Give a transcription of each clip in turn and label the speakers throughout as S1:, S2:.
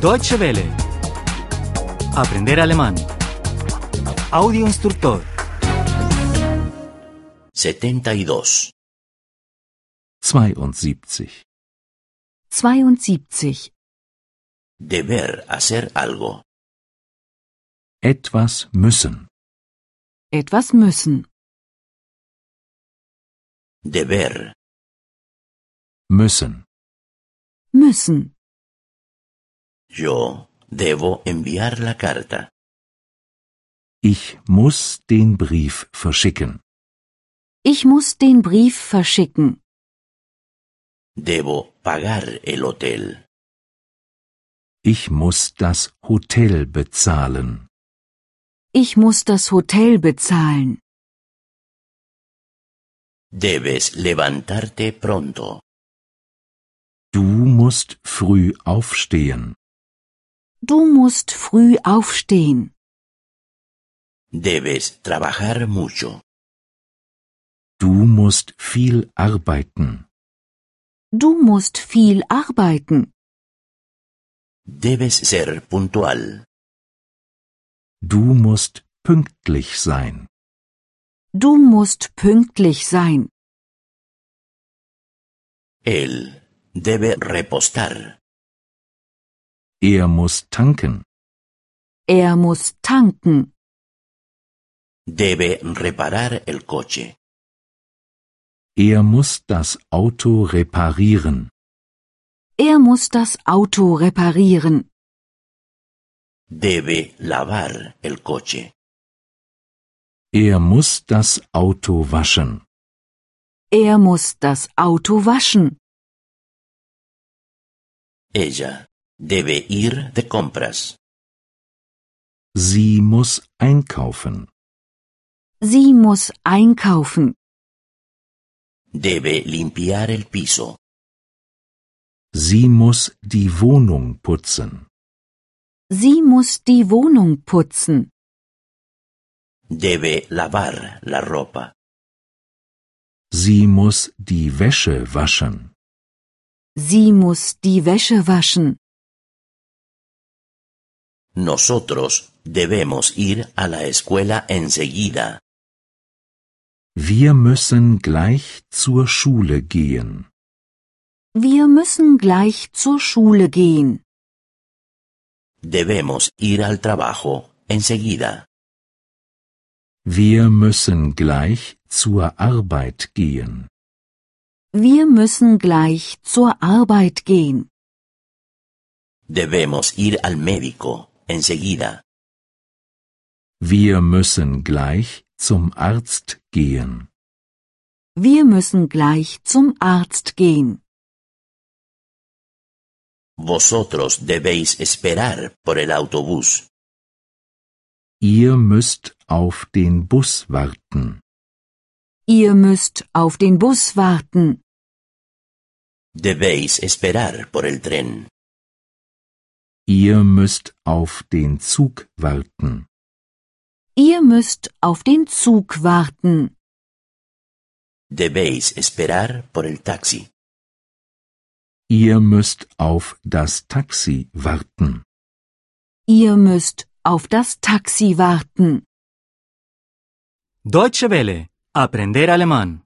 S1: Deutsche Welle. Aprender alemán. Audio instructor.
S2: 72.
S3: 72.
S4: 72.
S2: Deber hacer algo.
S3: Etwas müssen.
S4: Etwas müssen.
S2: Deber.
S3: Müssen.
S4: Müssen.
S2: Yo debo enviar la carta.
S3: Ich muss den Brief verschicken.
S4: Ich muss den Brief verschicken.
S2: Debo pagar el hotel.
S3: Ich muss das Hotel bezahlen.
S4: Ich muss das Hotel bezahlen.
S2: Debes levantarte pronto.
S3: Du musst früh aufstehen.
S4: Du musst früh aufstehen.
S2: Debes trabajar mucho.
S3: Du musst viel arbeiten.
S4: Du musst viel arbeiten.
S2: Debes ser puntual.
S3: Du musst pünktlich sein.
S4: Du musst pünktlich sein.
S2: Él debe repostar.
S3: Er muss tanken.
S4: Er muss tanken.
S2: Debe reparar el coche.
S3: Er muss das Auto reparieren.
S4: Er muss das Auto reparieren.
S2: Debe lavar el coche.
S3: Er muss das Auto waschen.
S4: Er muss das Auto waschen.
S2: Ella debe ir de compras.
S3: Sie muss einkaufen.
S4: Sie muss einkaufen.
S2: Debe limpiar el piso.
S3: Sie muss die Wohnung putzen.
S4: Sie muss die Wohnung putzen.
S2: Debe lavar la ropa.
S3: Sie muss die Wäsche waschen.
S4: Sie muss die Wäsche waschen.
S2: Nosotros debemos ir a la escuela enseguida.
S3: Wir müssen gleich zur Schule gehen.
S4: Wir müssen gleich zur Schule gehen.
S2: Debemos ir al trabajo enseguida.
S3: Wir müssen gleich zur Arbeit gehen.
S4: Wir müssen gleich zur Arbeit gehen.
S2: Debemos ir al médico enseguida.
S3: Wir müssen gleich zum Arzt gehen.
S4: Wir müssen gleich zum Arzt gehen.
S2: Vosotros debéis esperar por el autobús.
S3: Ihr müsst auf den Bus warten.
S4: Ihr müsst auf den Bus warten.
S2: Debéis esperar por el tren.
S3: Ihr müsst auf den Zug warten.
S4: Ihr müsst auf den Zug warten.
S2: Debéis esperar por el taxi.
S3: Ihr müsst auf das Taxi warten.
S4: Ihr müsst auf das Taxi warten.
S1: Deutsche Welle. Aprender alemán.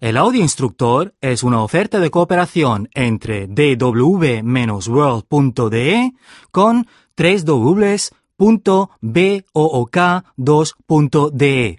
S1: El audio instructor es una oferta de cooperación entre dw-world.de con 3 2de